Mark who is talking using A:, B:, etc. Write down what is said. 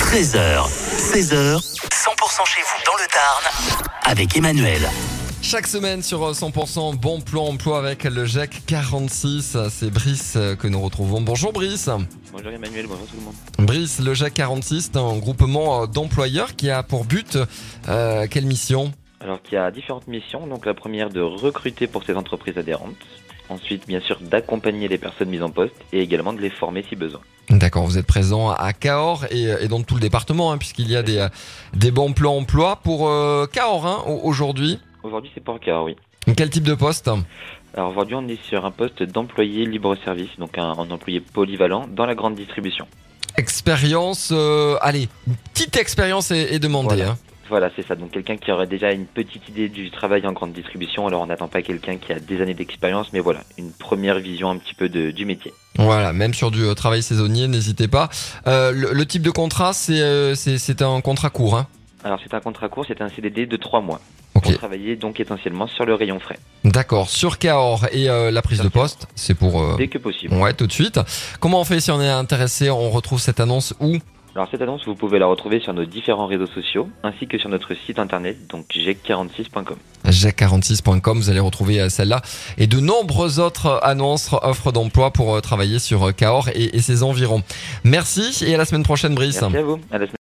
A: 13h, 16h, 100% chez vous dans le Tarn, avec Emmanuel.
B: Chaque semaine sur 100% Bon Plan Emploi avec le GEC 46, c'est Brice euh, que nous retrouvons. Bonjour Brice.
C: Bonjour Emmanuel, bonjour tout le monde.
B: Brice, le GEC 46, c'est un groupement euh, d'employeurs qui a pour but euh, quelle mission
C: Alors qu'il y a différentes missions, donc la première de recruter pour ces entreprises adhérentes, ensuite bien sûr d'accompagner les personnes mises en poste et également de les former si besoin.
B: D'accord, vous êtes présent à Cahors et, et dans tout le département, hein, puisqu'il y a des, euh, des bons plans emploi pour euh, Cahors hein, au- aujourd'hui.
C: Aujourd'hui c'est pour cas, oui.
B: Quel type de poste
C: Alors aujourd'hui on est sur un poste d'employé libre-service, donc un, un employé polyvalent dans la grande distribution.
B: Expérience, euh, allez, une petite expérience est, est demandée.
C: Voilà.
B: hein.
C: Voilà, c'est ça. Donc quelqu'un qui aurait déjà une petite idée du travail en grande distribution. Alors on n'attend pas quelqu'un qui a des années d'expérience, mais voilà, une première vision un petit peu de- du métier.
B: Voilà, même sur du euh, travail saisonnier, n'hésitez pas. Euh, le, le type de contrat, c'est euh, c'est- c'est un contrat court. hein.
C: Alors c'est un contrat court, c'est un CDD de 3 mois.
B: Ok.
C: Pour travailler donc essentiellement sur le rayon frais,
B: D'accord, sur Cahors et euh, la prise de poste, c'est pour... euh,
C: dès que possible.
B: Ouais, tout de suite. Comment on fait si on est intéressé On retrouve cette annonce où
C: Alors cette annonce, vous pouvez la retrouver sur nos différents réseaux sociaux, ainsi que sur notre site internet, donc g46.com.
B: Jacques46.com, vous allez retrouver euh, celle-là et de nombreuses autres euh, annonces, offres d'emploi pour euh, travailler sur euh, Cahors et, et ses environs. Merci et à la semaine prochaine Brice.
C: Merci à vous, à la semaine